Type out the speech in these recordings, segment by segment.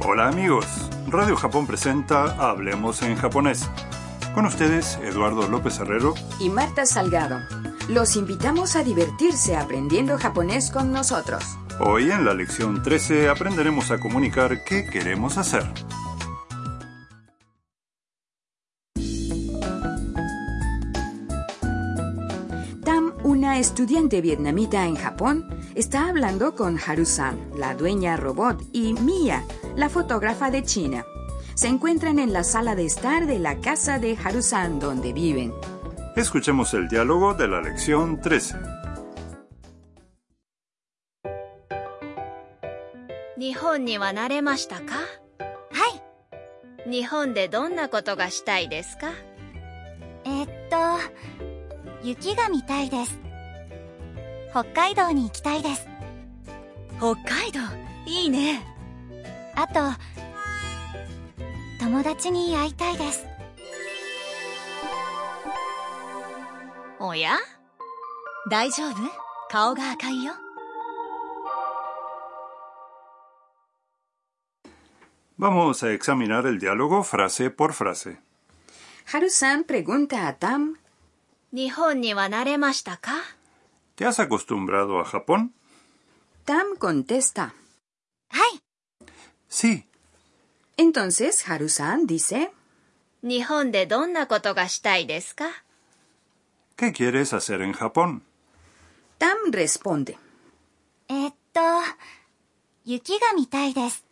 Hola amigos, Radio Japón presenta Hablemos en japonés. Con ustedes, Eduardo López Herrero. y Marta Salgado. Los invitamos a divertirse aprendiendo japonés con nosotros. Hoy en la lección 13 aprenderemos a comunicar qué queremos hacer. Tam, una estudiante vietnamita en Japón, está hablando con Haru-san, la dueña robot, y Mia, la fotógrafa de China. Se encuentran en la sala de estar de la casa de Haru-san donde viven. Escuchemos el diálogo de la lección 13. 日本には慣れましたかはい日本でどんなことがしたいですかえっと、雪が見たいです。北海道に行きたいです。北海道いいねあと、友達に会いたいです。おや大丈夫顔が赤いよ Vamos a examinar el diálogo frase por frase. Haru-san pregunta a Tam, 日本には慣れましたか ¿Te has acostumbrado a Japón? Tam contesta. はい、 Sí. Entonces Haru-san dice, 日本でどんなことがしたいですか ¿Qué quieres hacer en Japón? Tam responde. えっと、雪が見たいです。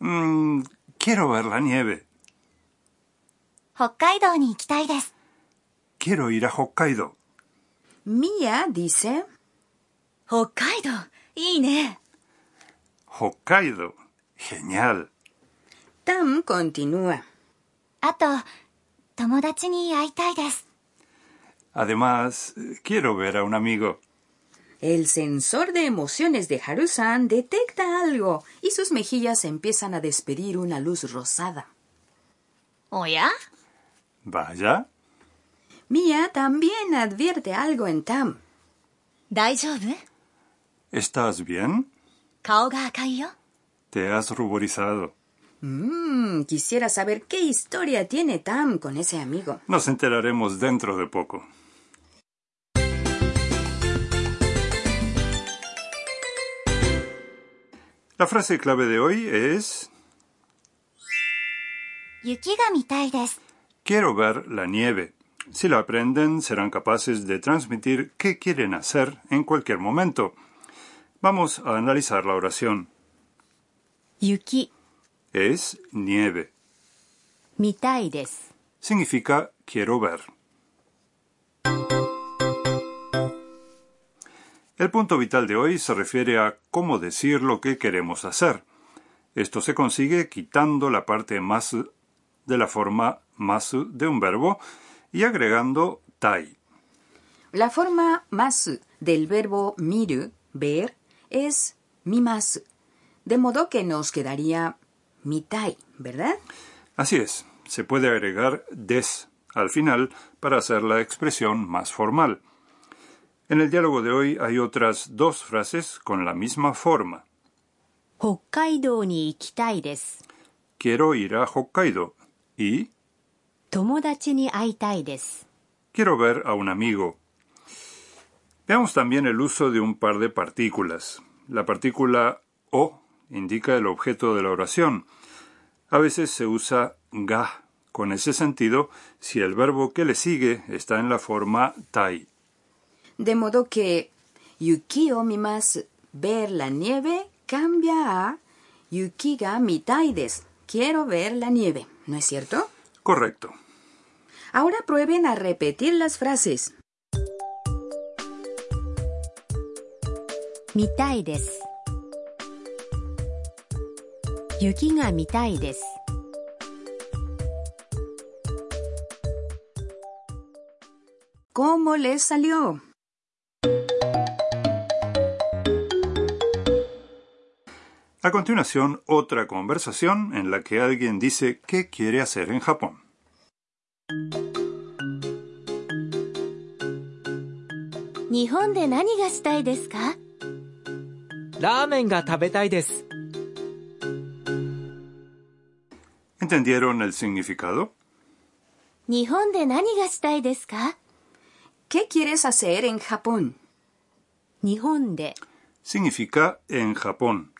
Mm, quiero ver la nieve. 北海道に行きたいです。 Quiero ir a Hokkaido. Mia dice, 北海道いいね Hokkaido. Genial. Tam continúa. あと、友達に会いたいです。 Además, eh, quiero ver a un amigo. El sensor de emociones de Harusan detecta algo y sus mejillas empiezan a despedir una luz rosada. おや Vaya. Mia también advierte algo en Tam. 大丈夫 ¿Estás bien? 顔が赤いよ Te has ruborizado. Mmm, quisiera saber qué historia tiene Tam con ese amigo. Nos enteraremos dentro de poco. La frase clave de hoy es 雪が見たいです。 quiero ver la nieve. Si la aprenden, serán capaces de transmitir qué quieren hacer en cualquier momento. Vamos a analizar la oración. 雪 Es nieve. 見たいです significa quiero ver. El punto vital de hoy se refiere a cómo decir lo que queremos hacer. Esto se consigue quitando la parte más de la forma más de un verbo y agregando tai. La forma masu del verbo miru, ver, es mimasu, de modo que nos quedaría mitai, ¿verdad? Así es, se puede agregar des al final para hacer la expresión más formal. En el diálogo de hoy hay otras dos frases con la misma forma. 北海道に行きたいです quiero ir a Hokkaido y 友達に会いたいです quiero ver a un amigo. Veamos también el uso de un par de partículas. La partícula o indica el objeto de la oración. A veces se usa ga con ese sentido si el verbo que le sigue está en la forma tai. De modo que yukio mimas ver la nieve cambia a yukiga mitaides. Quiero ver la nieve, ¿no es cierto? Correcto. Ahora prueben a repetir las frases. 見たいです雪が見たいです ¿Cómo les salió? A continuación, otra conversación en la que alguien dice qué quiere hacer en Japón. 日本で何がしたいですかラーメンが食べたいです。 ¿Entendieron el significado? 日本で何がしたいですか ¿Qué quieres hacer en Japón? 日本で Significa en Japón.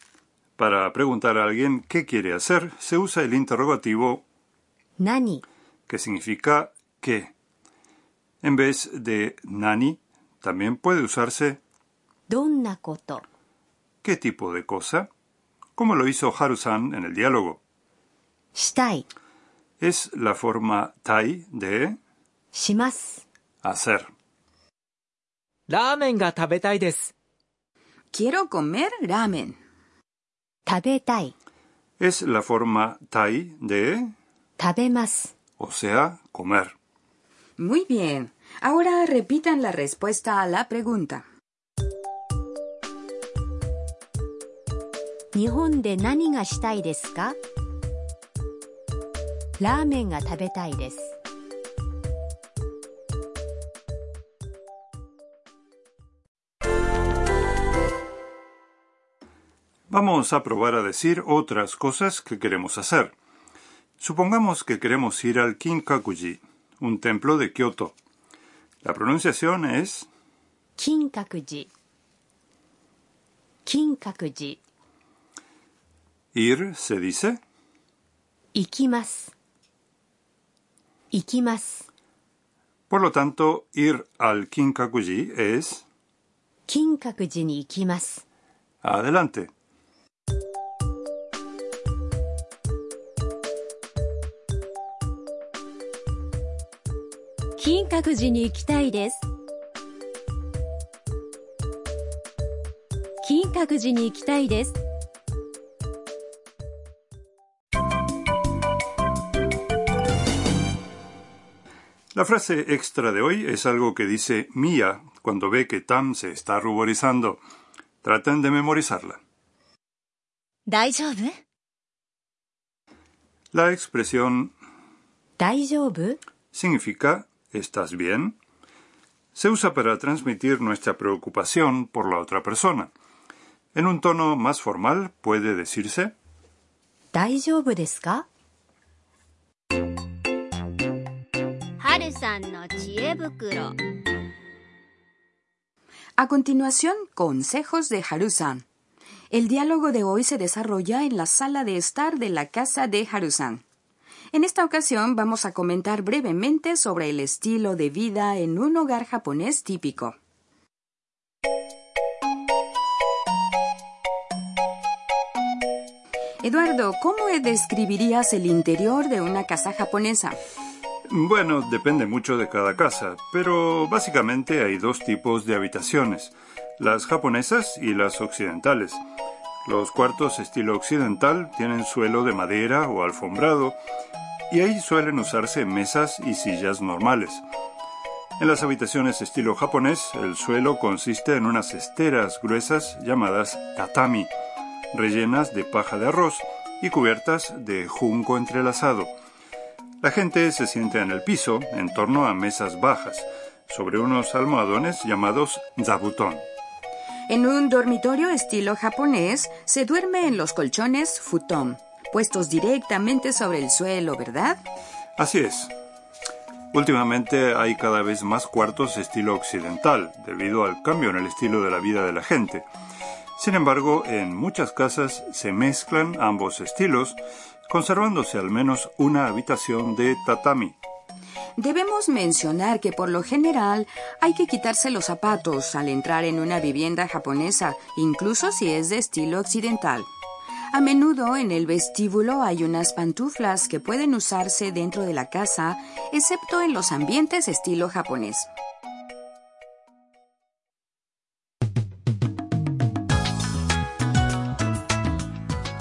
Para preguntar a alguien qué quiere hacer, se usa el interrogativo 何 que significa qué. En vez de nani, también puede usarse どんなこと qué tipo de cosa, como lo hizo Haru-san en el diálogo. したい Es la forma tai de します hacer. ラーメンが食べたいです。 Quiero comer ramen. 食べたい Es la forma tai de, 食べます o sea, comer. Muy bien. Ahora repitan la respuesta a la pregunta. 日本で何がしたいですかラーメンが食べたいです Vamos a probar a decir otras cosas que queremos hacer. Supongamos que queremos ir al Kinkakuji, un templo de Kioto. La pronunciación es 金閣寺金閣寺 ir, se dice, 行きます行きます por lo tanto, ir al Kinkakuji es 金閣寺に行きます adelante. 金閣寺に行きたいです金閣寺に行きたいです La frase extra de hoy es algo que dice Mia cuando ve que Tam se está ruborizando. Traten de memorizarla. 大丈夫 La expresión 大丈夫 significa ¿estás bien? Se usa para transmitir nuestra preocupación por la otra persona. En un tono más formal puede decirse 大丈夫ですかはるさんの知恵袋 A continuación, consejos de Harusan. El diálogo de hoy se desarrolla en la sala de estar de la casa de Harusan. En esta ocasión vamos a comentar brevemente sobre el estilo de vida en un hogar japonés típico. エドワルド、¿cómo describirías el interior de una casa japonesa? Bueno, depende mucho de cada casa, pero básicamente hay dos tipos de habitaciones, las japonesas y las occidentales. Los cuartos estilo occidental tienen suelo de madera o alfombrado y ahí suelen usarse mesas y sillas normales. En las habitaciones estilo japonés, el suelo consiste en unas esteras gruesas llamadas tatami, rellenas de paja de arroz y cubiertas de junco entrelazado. La gente se sienta en el piso, en torno a mesas bajas, sobre unos almohadones llamados zabutón. En un dormitorio estilo japonés se duerme en los colchones futon, puestos directamente sobre el suelo, ¿verdad? Así es. Últimamente hay cada vez más cuartos estilo occidental, debido al cambio en el estilo de la vida de la gente. Sin embargo, en muchas casas se mezclan ambos estilos, conservándose al menos una habitación de tatami. Debemos mencionar que por lo general hay que quitarse los zapatos al entrar en una vivienda japonesa, incluso si es de estilo occidental. A menudo en el vestíbulo hay unas pantuflas que pueden usarse dentro de la casa, excepto en los ambientes estilo japonés.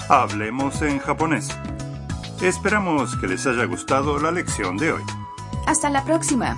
Hablemos en japonés. Esperamos que les haya gustado la lección de hoy. Hasta la próxima.